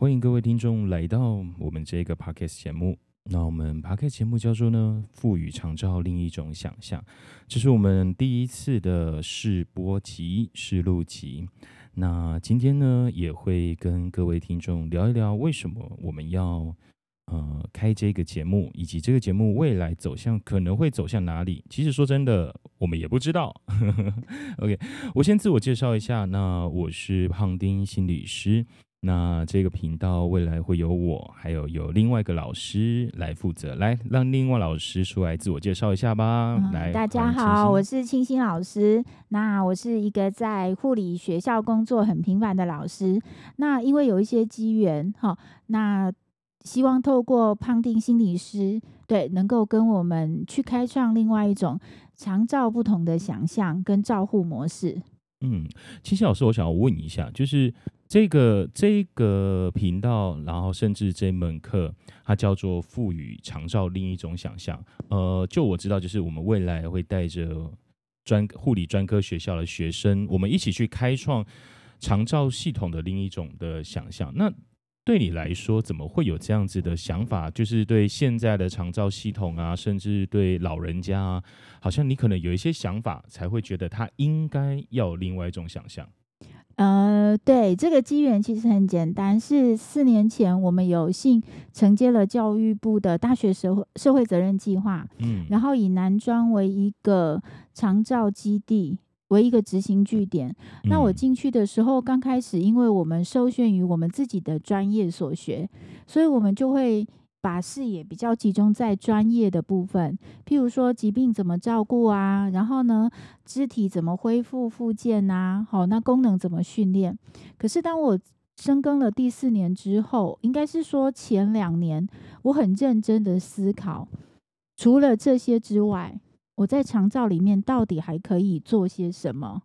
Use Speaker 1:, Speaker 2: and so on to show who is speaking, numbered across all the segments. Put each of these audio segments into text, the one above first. Speaker 1: 欢迎各位听众来到我们这个 podcast 节目。那我们 podcast 节目叫做呢“赋予长照另一种想象”，这是我们第一次的试播集、试录集。那今天呢，也会跟各位听众聊一聊为什么我们要呃开这个节目，以及这个节目未来走向可能会走向哪里。其实说真的，我们也不知道。OK，我先自我介绍一下，那我是胖丁心理师。那这个频道未来会有我，还有有另外一个老师来负责，来让另外老师出来自我介绍一下吧。
Speaker 2: 嗯
Speaker 1: 来，
Speaker 2: 大家
Speaker 1: 欢迎
Speaker 2: 好，我
Speaker 1: 清
Speaker 2: 是清新老师。那我是一个在护理学校工作很频繁的老师。那因为有一些机缘哈，那希望透过胖丁心理师，对，能够跟我们去开创另外一种长照不同的想象跟照护模式。
Speaker 1: 新嗯，清新老师，我想要问一下，就是这个这个频道，然后甚至这门课，它叫做“赋予长照另一种想象”。呃，就我知道，就是我们未来会带着专护理专科学校的学生，我们一起去开创长照系统的另一种的想象。那对你来说，怎么会有这样子的想法？就是对现在的长照系统啊，甚至对老人家啊，好像你可能有一些想法，才会觉得他应该要有另外一种想象。
Speaker 2: 呃，对，这个机缘其实很简单，是四年前我们有幸承接了教育部的大学社会社会责任计划。
Speaker 1: 嗯，
Speaker 2: 然后以南庄为一个长照基地。为一个执行据点，那我
Speaker 1: 嗯
Speaker 2: 进去的时候，刚开始因为我们受限于我们自己的专业所学，所以我们就会把视野比较集中在专业的部分，譬如说疾病怎么照顾啊，然后呢，肢体怎么恢复复健啊，好，那功能怎么训练？可是当我深耕了第四年之后，应该是说前两年，我很认真的思考，除了这些之外，我在长照里面到底还可以做些什么？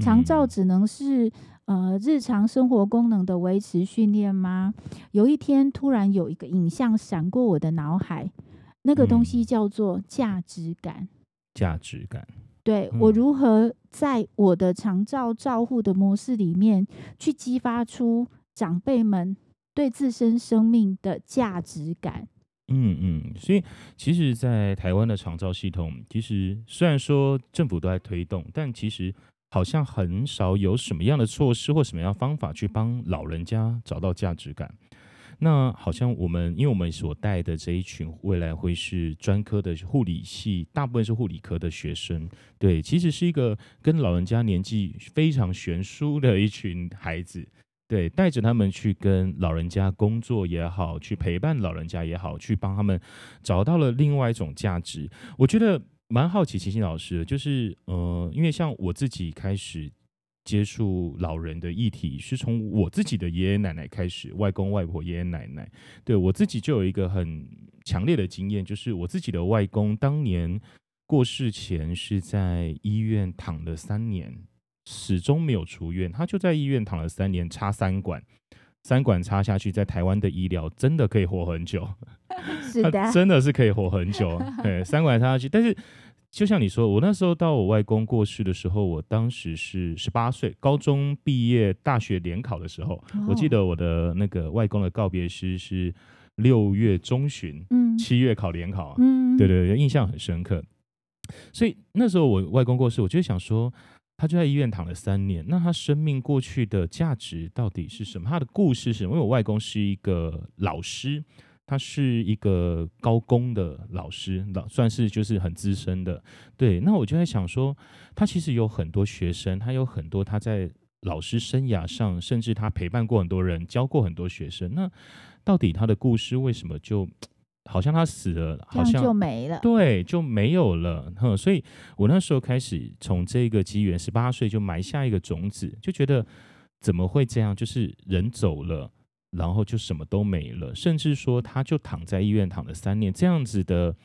Speaker 2: 长照
Speaker 1: 嗯
Speaker 2: 只能是呃日常生活功能的维持训练吗？有一天突然有一个影像闪过我的脑海，那个东西
Speaker 1: 嗯
Speaker 2: 叫做价值感。
Speaker 1: 价值感。
Speaker 2: 对
Speaker 1: 嗯
Speaker 2: 我如何在我的长照照护的模式里面，去激发出长辈们对自身生命的价值感？
Speaker 1: 嗯嗯，所以其实，在台湾的长照系统，其实虽然说政府都在推动，但其实好像很少有什么样的措施或什么样的方法去帮老人家找到价值感。那好像我们，因为我们所带的这一群未来会是专科的护理系，大部分是护理科的学生，对，其实是一个跟老人家年纪非常悬殊的一群孩子，对，带着他们去跟老人家工作也好，去陪伴老人家也好，去帮他们找到了另外一种价值。我觉得蛮好奇，琪琪老师的，就是呃，因为像我自己开始接触老人的议题，是从我自己的爷爷奶奶开始，外公外婆、爷爷奶奶，对我自己就有一个很强烈的经验，就是我自己的外公当年过世前是在医院躺了三年，始终没有出院，他就在医院躺了三年，插三管。三管插下去，在台湾的医疗真的可以活很久。
Speaker 2: 是
Speaker 1: 他
Speaker 2: 的，
Speaker 1: 真的是可以活很久。对，三管插下去，但是就像你说，我那时候到我外公过世的时候，我当时是十八岁，高中毕业，大学联考的时候，我记
Speaker 2: 哦，
Speaker 1: 得我的那个外公的告别诗是六月中旬，
Speaker 2: 嗯
Speaker 1: 七月考联考啊，
Speaker 2: 嗯，
Speaker 1: 对对对，印象很深刻。所以那时候我外公过世，我就想说，他就在医院躺了三年，那他生命过去的价值到底是什么？他的故事是什么？因为我外公是一个老师，他是一个高工的老师，老算是就是很资深的。对，那我就在想说，他其实有很多学生，他有很多他在老师生涯上，甚至他陪伴过很多人，教过很多学生。那到底他的故事为什么就好像他死了，
Speaker 2: 这
Speaker 1: 好
Speaker 2: 样
Speaker 1: 像
Speaker 2: 啊就没了。
Speaker 1: 对，就没有了。哼，所以我那时候开始从这个机缘，十八岁就埋下一个种子，就觉得怎么会这样？就是人走了，然后就什么都没了，甚至说他就躺在医院躺了三年，这样子的。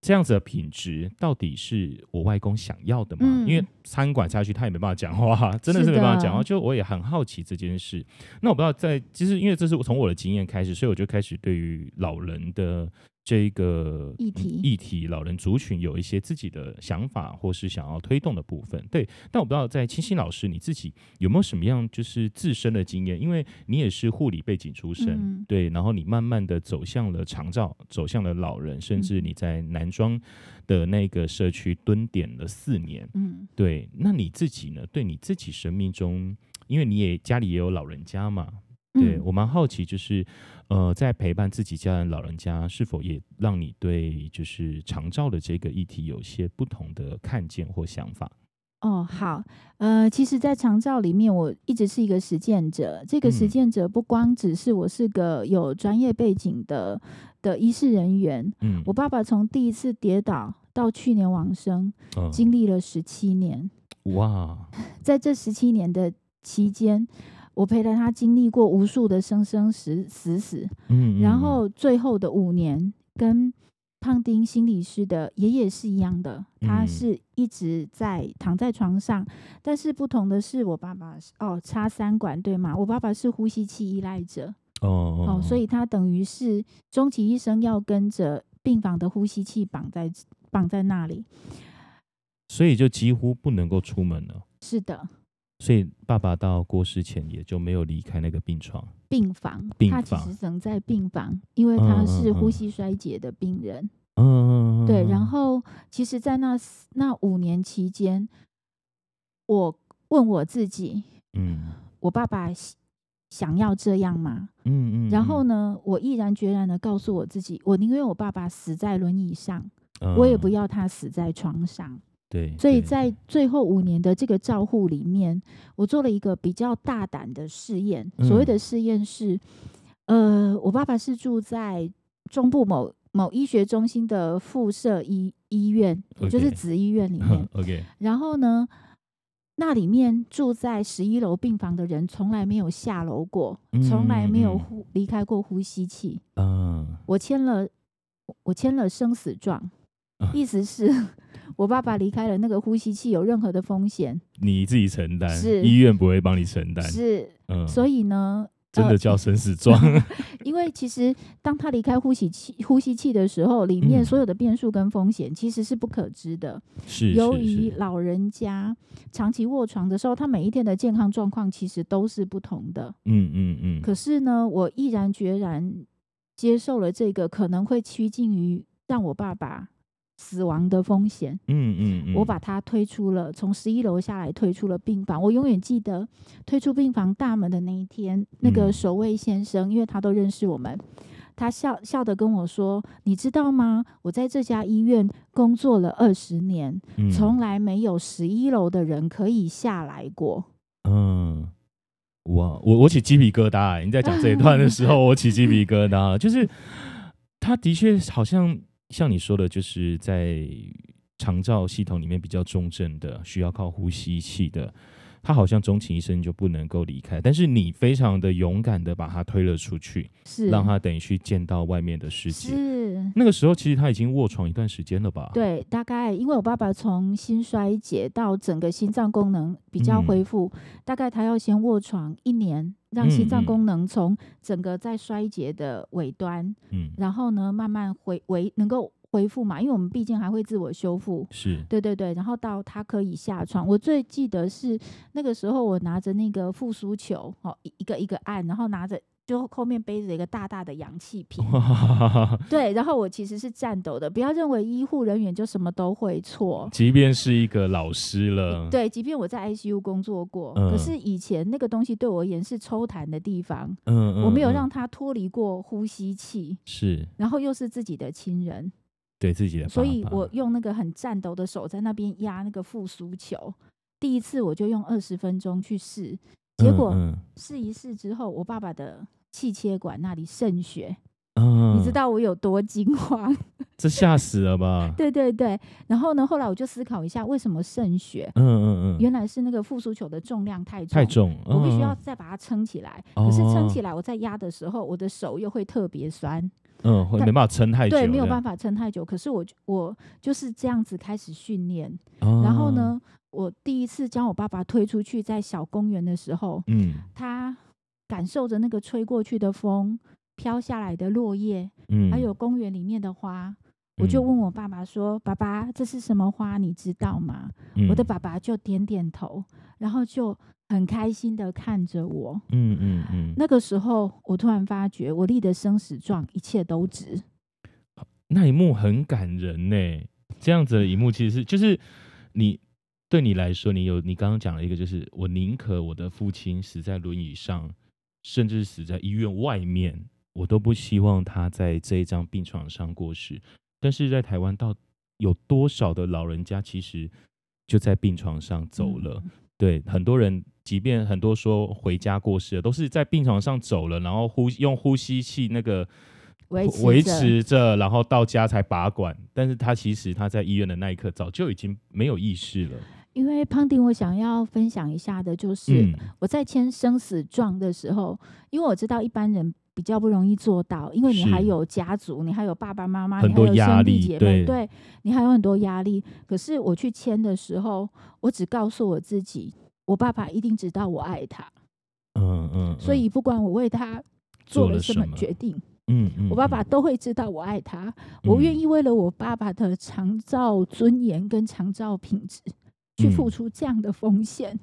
Speaker 1: 这样子的品质到底是我外公想要的吗？
Speaker 2: 嗯
Speaker 1: 因为餐馆下去他也没办法讲话，真的是
Speaker 2: 是
Speaker 1: 没办法
Speaker 2: 的
Speaker 1: 讲话。就我也很好奇这件事。那我不知道在，其实因为这是从我的经验开始，所以我就开始对于老人的这个
Speaker 2: 议题
Speaker 1: 嗯议题老人族群有一些自己的想法，或是想要推动的部分。对，但我不知道在清新老师你自己有没有什么样就是自身的经验，因为你也是护理背景出身，
Speaker 2: 嗯
Speaker 1: 对，然后你慢慢的走向了长照，走向了老人，甚至
Speaker 2: 嗯
Speaker 1: 你在南庄的那个社区蹲点了四年。
Speaker 2: 嗯
Speaker 1: 对，那你自己呢？对你自己生命中，因为你也家里也有老人家嘛，对、
Speaker 2: 嗯
Speaker 1: 我蛮好奇，就是呃，在陪伴自己家人、老人家，是否也让你对就是长照的这个议题有些不同的看见或想法？
Speaker 2: 哦，好，呃，其实，在长照里面，我一直是一个实践者。这个实
Speaker 1: 嗯
Speaker 2: 践者不光只是我是个有专业背景的的医师人员，
Speaker 1: 嗯，
Speaker 2: 我爸爸从第一次跌倒到去年往生，
Speaker 1: 嗯
Speaker 2: 经历了十七年。
Speaker 1: 哇，
Speaker 2: 在这十七年的期间，我陪着他经历过无数的生生死死死，
Speaker 1: 嗯，
Speaker 2: 然
Speaker 1: 嗯
Speaker 2: 后最后的五年跟胖丁心理师的爷爷是一样的，他
Speaker 1: 嗯
Speaker 2: 是一直在躺在床上，但是不同的是，我爸爸是哦插三管对吗？我爸爸是呼吸器依赖者
Speaker 1: 哦哦
Speaker 2: 哦，所以他等于是终其一生要跟着病房的呼吸器绑在绑在那里。
Speaker 1: 所以就几乎不能够出门了。
Speaker 2: 是的，
Speaker 1: 所以爸爸到过世前也就没有离开那个病床。
Speaker 2: 病房，
Speaker 1: 病
Speaker 2: 他其
Speaker 1: 房
Speaker 2: 实只能在病房，因为他
Speaker 1: 嗯嗯
Speaker 2: 是呼
Speaker 1: 嗯
Speaker 2: 吸衰竭的病人。
Speaker 1: 嗯，
Speaker 2: 对，然后其实，在那四那五年期间，我问我自己，
Speaker 1: 嗯
Speaker 2: 我爸爸喜想要这样吗？
Speaker 1: 嗯嗯，
Speaker 2: 然后呢，我毅然决然的告诉我自己，我宁愿我爸爸死在轮椅上，
Speaker 1: 嗯，
Speaker 2: 我也不
Speaker 1: 嗯
Speaker 2: 要他死在床上。
Speaker 1: 对，
Speaker 2: 所以
Speaker 1: 对
Speaker 2: 在最后五年的这个照护里面，我做了一个比较大胆的试验。所谓的
Speaker 1: 嗯
Speaker 2: 试验是，呃，我爸爸是住在中部某某医学中心的附设医医院，就是
Speaker 1: OK 嗯
Speaker 2: 子医院里面。
Speaker 1: OK，
Speaker 2: 然后呢，那里面住在十一楼病房的人从来没有下楼过，从来没
Speaker 1: 嗯
Speaker 2: 有
Speaker 1: 嗯嗯
Speaker 2: 呼离开过呼吸器。
Speaker 1: 嗯
Speaker 2: 我签了，我签了生死状，
Speaker 1: 嗯
Speaker 2: 意思是我爸爸离开了那个呼吸器有任何的风险，
Speaker 1: 你自己承担，
Speaker 2: 是
Speaker 1: 医院不会帮你承担，
Speaker 2: 是，
Speaker 1: 嗯，
Speaker 2: 所
Speaker 1: 以
Speaker 2: 以呢，
Speaker 1: 真的
Speaker 2: 呃
Speaker 1: 叫生死 状，
Speaker 2: 因为其实当他离开呼吸器呼吸器的时候，里面
Speaker 1: 嗯
Speaker 2: 所有的变数跟风险其实是不可知的。
Speaker 1: 是
Speaker 2: 由
Speaker 1: 是
Speaker 2: 于
Speaker 1: 是，
Speaker 2: 老人家长期卧床的时候，他每一天的健康状况其实都是不同的。
Speaker 1: 嗯嗯嗯，
Speaker 2: 可是呢，我毅然决然接受了这个可能会趋近于让我爸爸死亡的风险。
Speaker 1: 嗯嗯嗯，
Speaker 2: 我把他推出了，从十一楼下来推出了病房。我永远记得推出病房大门的那一天，那个
Speaker 1: 嗯
Speaker 2: 守卫先生，因为他都认识我们，他笑笑的跟我说：“你知道吗？我在这家医院工作了二十年，
Speaker 1: 嗯
Speaker 2: 从来没有十一楼的人可以下来过。
Speaker 1: 嗯。哇，我我起鸡皮疙瘩、欸！你在讲这一段的时候，我起鸡皮疙瘩了。就是他的确好像像你说的，就是在长照系统里面比较重症的，需要靠呼吸器的，他好像终其一生就不能够离开。但是你非常的勇敢的把他推了出去，
Speaker 2: 是”
Speaker 1: 让他等于去见到外面的世界。
Speaker 2: 是。
Speaker 1: 那个时候其实他已经卧床一段时间了吧？，
Speaker 2: 对，大概因为我爸爸从心衰竭到整个心脏功能比较
Speaker 1: 嗯
Speaker 2: 恢复，大概他要先卧床一年，让心脏
Speaker 1: 嗯嗯
Speaker 2: 功能从整个在衰竭的尾端，
Speaker 1: 嗯，
Speaker 2: 然后呢慢慢回回能够恢复嘛，因为我们毕竟还会自我修复。
Speaker 1: 是，
Speaker 2: 对对对，然后到他可以下床，我最记得是那个时候，我拿着那个复苏球，哦，一一个一个按，然后拿着就后面背着一个大大的氧气瓶，
Speaker 1: 哇，
Speaker 2: 对，然后我其实是颤抖的，不要认为医护人员就什么都会错。
Speaker 1: 即便是一个老师了，，
Speaker 2: 对，即便我在 ICU 工作过，可
Speaker 1: 嗯
Speaker 2: 是以前那个东西对我而言是抽痰的地方，
Speaker 1: 嗯嗯，
Speaker 2: 我没有
Speaker 1: 嗯
Speaker 2: 让他脱离过呼吸器，
Speaker 1: 是
Speaker 2: 然后又是自己的亲人，
Speaker 1: 对自己的爸爸，
Speaker 2: 所以我用那个很颤抖的手在那边压那个复苏球。第一次我就用二十分钟去试，结
Speaker 1: 嗯
Speaker 2: 果
Speaker 1: 嗯
Speaker 2: 试一试之后，我爸爸的气切管那里渗血，
Speaker 1: 嗯，
Speaker 2: 你知道我有多惊慌？
Speaker 1: 这吓死了吧？
Speaker 2: 对对对，然后呢，后来我就思考一下，为什么渗血？
Speaker 1: 嗯嗯嗯，
Speaker 2: 原来是那个复苏球的重量太重，
Speaker 1: 太重，
Speaker 2: 我必须
Speaker 1: 嗯
Speaker 2: 要再把它撑起来。可是撑起
Speaker 1: 哦
Speaker 2: 来，我在压的时候，我的手又会特别酸，
Speaker 1: 嗯，会
Speaker 2: 但
Speaker 1: 没办法撑太久，
Speaker 2: 对，没有办
Speaker 1: 法。
Speaker 2: 法撑太久。可是我就我就是这样子开始训练，
Speaker 1: 然
Speaker 2: 然后？
Speaker 1: 哦
Speaker 2: 呢，我第一次将我爸爸推出去，在小公园的时候，
Speaker 1: 嗯
Speaker 2: 他感受着那个吹过去的风，飘下来的落叶，
Speaker 1: 嗯，
Speaker 2: 还有公园里面的花。我就
Speaker 1: 嗯
Speaker 2: 问我爸爸说：“爸爸，这是什么花？你知道吗？”我的
Speaker 1: 嗯，
Speaker 2: 爸爸就点点头，然后就很开心的看着我。
Speaker 1: 嗯嗯嗯，
Speaker 2: 那个时候，我突然发觉，我立的生死状，一切都值。
Speaker 1: 那一幕很感人呢。这样子的一幕其实是就是你对你来说，你有你刚刚讲了一个，就是我宁可我的父亲死在轮椅上，甚至死在医院外面，我都不希望他在这一张病床上过世。但是在台湾，到有多少的老人家其实就在病床上走了？
Speaker 2: 嗯
Speaker 1: 对，很多人，即便很多说回家过世的，都是在病床上走了，然后呼用呼吸器那个
Speaker 2: 维持
Speaker 1: 维
Speaker 2: 着
Speaker 1: 持着，然后到家才拔管。但是他其实他在医院的那一刻早就已经没有意识了。
Speaker 2: 因为胖丁，我想要分享一下的就是，
Speaker 1: 嗯
Speaker 2: 我在签生死状的时候，因为我知道一般人比较不容易做到，因为你
Speaker 1: 是
Speaker 2: 还有家族，你还有爸爸妈妈，
Speaker 1: 很
Speaker 2: 你还
Speaker 1: 多
Speaker 2: 有
Speaker 1: 压
Speaker 2: 兄弟
Speaker 1: 力
Speaker 2: 姐
Speaker 1: 对
Speaker 2: 妹，对你还有很多压力。可是我去签的时候，我只告诉我自己，我爸爸一定知道我爱他，
Speaker 1: 嗯嗯，
Speaker 2: 所以不管我为他做
Speaker 1: 做
Speaker 2: 了
Speaker 1: 了
Speaker 2: 什
Speaker 1: 什
Speaker 2: 么
Speaker 1: 么
Speaker 2: 决定，
Speaker 1: 嗯嗯，
Speaker 2: 我爸爸
Speaker 1: 嗯
Speaker 2: 都会知道我爱他。我愿
Speaker 1: 嗯
Speaker 2: 意为了我爸爸的长照尊严跟长照品质，去付
Speaker 1: 嗯
Speaker 2: 出这样的风险。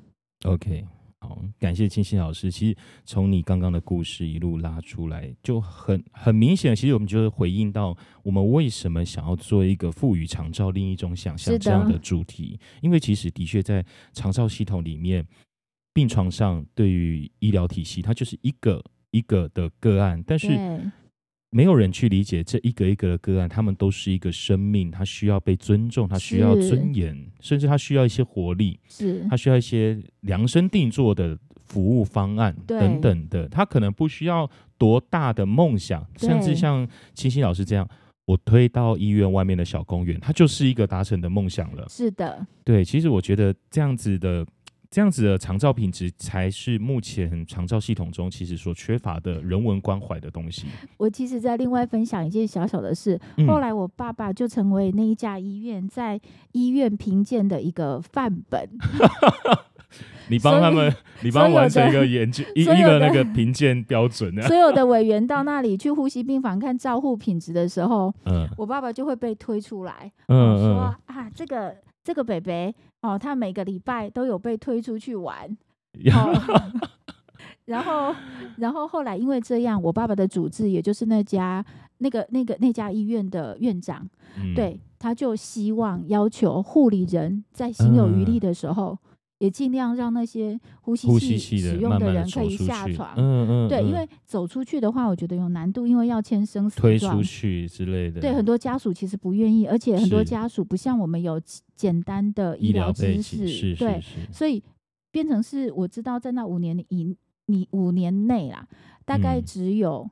Speaker 1: OK，好，感谢清新老师。其实从你刚刚的故事一路拉出来，就很很明显，其实我们就是回应到我们为什么想要做一个赋予长照另一种想象
Speaker 2: 是的
Speaker 1: 这样的主题，因为其实的确在长照系统里面，病床上对于医疗体系，它就是一个一个的个案，但是
Speaker 2: 对，
Speaker 1: 没有人去理解这一个一个的个案，他们都是一个生命，它需要被尊重，它需要
Speaker 2: 是
Speaker 1: 尊严，甚至它需要一些活力。
Speaker 2: 是
Speaker 1: 他需要一些量身定做的服务方案
Speaker 2: 对
Speaker 1: 等等的，他可能不需要多大的梦想，
Speaker 2: 对
Speaker 1: 甚至像清新老师这样，我推到医院外面的小公园，它就是一个达成的梦想了。
Speaker 2: 是的，
Speaker 1: 对，其实我觉得这样子的。这样子的长照品质才是目前长照系统中其实所缺乏的人文关怀的东西。
Speaker 2: 我其实，在另外分享一件小小的事。
Speaker 1: 嗯
Speaker 2: 后来，我爸爸就成为那一家医院在医院评鉴的一个范 本。
Speaker 1: 嗯你帮他们，你帮他们完成一个研究一一
Speaker 2: 所有
Speaker 1: 个
Speaker 2: 的
Speaker 1: 那个评鉴标准啊呢、
Speaker 2: 所有的委员到那里去呼吸病房看照护品质的时候，
Speaker 1: 嗯
Speaker 2: 我爸爸就会被推出来，
Speaker 1: 嗯
Speaker 2: 说
Speaker 1: 嗯，
Speaker 2: 啊，这个这个北北哦，他每个礼拜都有被推出去 玩。
Speaker 1: 要
Speaker 2: 哦 然后，然后后来因为这样，我爸爸的主治，也就是那家那个那个那家医院的院长，
Speaker 1: 嗯
Speaker 2: 对，他就希望要求护理人在心有余力
Speaker 1: 嗯
Speaker 2: 的时候，也尽量让那些呼吸
Speaker 1: 呼吸
Speaker 2: 器
Speaker 1: 器
Speaker 2: 使
Speaker 1: 的
Speaker 2: 用
Speaker 1: 慢
Speaker 2: 的
Speaker 1: 慢的
Speaker 2: 人可
Speaker 1: 走
Speaker 2: 以
Speaker 1: 出
Speaker 2: 下
Speaker 1: 去
Speaker 2: 床。
Speaker 1: 嗯嗯，
Speaker 2: 对，因
Speaker 1: 嗯
Speaker 2: 为走出去的话，我觉得有难度，因为要签生死
Speaker 1: 推
Speaker 2: 状
Speaker 1: 出。去之类的，
Speaker 2: 啊对，很多家属其实不愿意，而且很
Speaker 1: 是
Speaker 2: 多家属不像我们有简单的
Speaker 1: 医疗
Speaker 2: 疗
Speaker 1: 背景
Speaker 2: 知识，
Speaker 1: 是
Speaker 2: 对
Speaker 1: 是，是，
Speaker 2: 所以变成是我知道在那五年以你五年内啦，大概
Speaker 1: 嗯
Speaker 2: 只有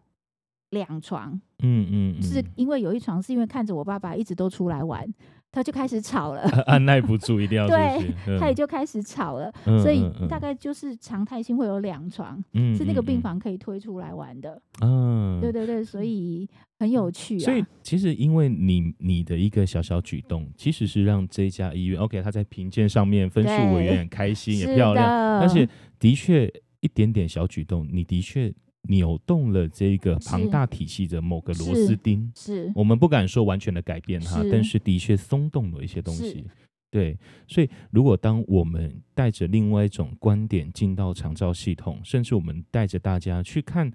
Speaker 2: 两床，
Speaker 1: 嗯嗯，
Speaker 2: 是
Speaker 1: 嗯
Speaker 2: 因为有一床是因为看着我爸爸一直都出来玩，他就开始 吵了，
Speaker 1: 按按耐不住，一 定要嗯
Speaker 2: 对
Speaker 1: 出去，
Speaker 2: 他也
Speaker 1: 就
Speaker 2: 就开始吵了，
Speaker 1: 所
Speaker 2: 所以
Speaker 1: 嗯
Speaker 2: 大概就是常态性会有两床。是那个病，房可以推出来玩的，
Speaker 1: 嗯嗯嗯嗯，嗯
Speaker 2: 对对对，所以很有趣啊。
Speaker 1: 所以其实因为你你的一个小小举动，其实是让这家医院 OK，他在评鉴上面分数委员
Speaker 2: 对
Speaker 1: 很开心，也
Speaker 2: 是
Speaker 1: 漂亮，
Speaker 2: 的，
Speaker 1: 而且的确一点点小举动，你的确扭动了这个庞
Speaker 2: 是
Speaker 1: 大体系的某个螺
Speaker 2: 是
Speaker 1: 丝钉。
Speaker 2: 是
Speaker 1: 我们不敢说完全的改变它，
Speaker 2: 是
Speaker 1: 但是的确松动了一些东
Speaker 2: 是
Speaker 1: 西。对，所以如果当我们带着另外一种观点进到长照系统，甚至我们带着大家去看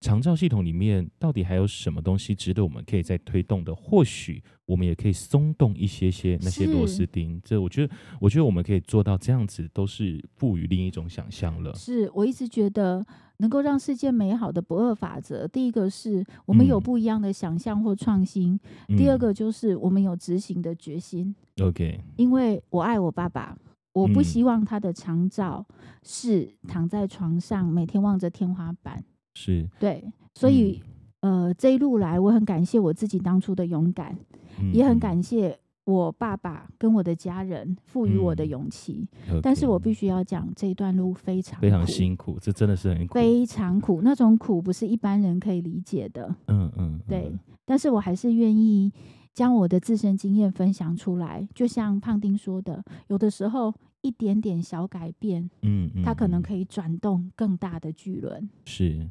Speaker 1: 长照系统里面到底还有什么东西值得我们可以再推动的，或许我们也可以松动一些些那些
Speaker 2: 是
Speaker 1: 螺丝钉。这我觉得，我觉得我们可以做到这样子，都是赋予另一种想象了。
Speaker 2: 是我一直觉得能够让世界美好的不二法则，第一个是我们有
Speaker 1: 嗯
Speaker 2: 不一样的想象或创新，第二
Speaker 1: 嗯
Speaker 2: 个就是我们有执行的决心。
Speaker 1: ，OK，
Speaker 2: 因为我爱我爸爸，我不
Speaker 1: 嗯
Speaker 2: 希望他的长照是躺在床上每天望着天花板。
Speaker 1: 是，
Speaker 2: 对，所以、呃这一路来，我很感谢我自己当初的勇敢，
Speaker 1: 嗯
Speaker 2: 也很感谢。我爸爸跟我的家人赋予我的
Speaker 1: 嗯
Speaker 2: 勇气，
Speaker 1: 嗯
Speaker 2: 但是我
Speaker 1: OK
Speaker 2: 必须要讲，这一段路非常
Speaker 1: 非常
Speaker 2: 苦
Speaker 1: 辛苦，这真的是很苦。
Speaker 2: 非常苦，那种苦不是一般人可以理解的。
Speaker 1: 嗯嗯，嗯
Speaker 2: 对，但是我还是愿意将我的自身经验分享出来。就像胖丁说的，有的时候一点点小改变，
Speaker 1: 嗯嗯，
Speaker 2: 它可能
Speaker 1: 以
Speaker 2: 可以转动更大的巨轮。
Speaker 1: 是，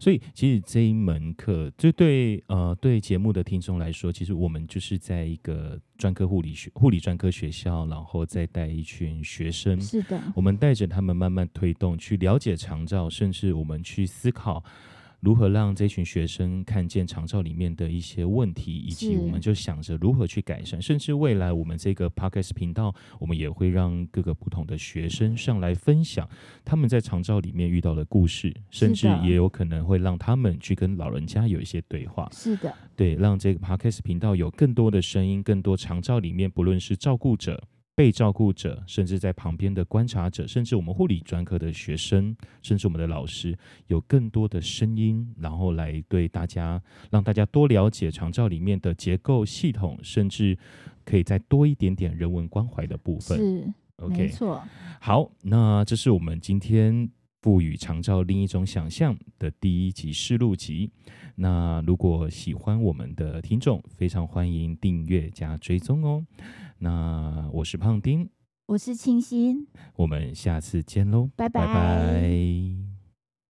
Speaker 1: 所以其实这一门课，就对呃对节目的听众来说，其实我们就是在一个专科护理学护理专科学校，然后再带一群学生，
Speaker 2: 是的，
Speaker 1: 我们带着他们慢慢推动，去了解长照，甚至我们去思考如何让这群学生看见长照里面的一些问题，以及
Speaker 2: 是
Speaker 1: 我们就想着如何去改善，甚至未来我们这个 podcast 频道，我们也会让各个不同的学生上来分享他们在长照里面遇到的故事，甚至
Speaker 2: 是的
Speaker 1: 也有可能会让他们去跟老人家有一些对话。
Speaker 2: 是 的，
Speaker 1: 对，让这个 podcast 频道有更多的声音，更多长照里面，不论是照顾者、被照顾者，甚至在旁边的观察者，甚至我们护理专科的学生，甚至我们的老师，有更多的声音，然后来对大家，让大家多了解长照里面的结构、系统，甚至可以再多一点点人文关怀的部分。
Speaker 2: 是没
Speaker 1: OK，
Speaker 2: 错。
Speaker 1: 好，那这是我们今天赋予长照另一种想象的第一集试录集。那如果喜欢我们的听众，非常欢迎订阅加追踪哦。那我是胖丁，
Speaker 2: 我是清新，
Speaker 1: 我们下次见喽，
Speaker 2: 拜
Speaker 1: 拜拜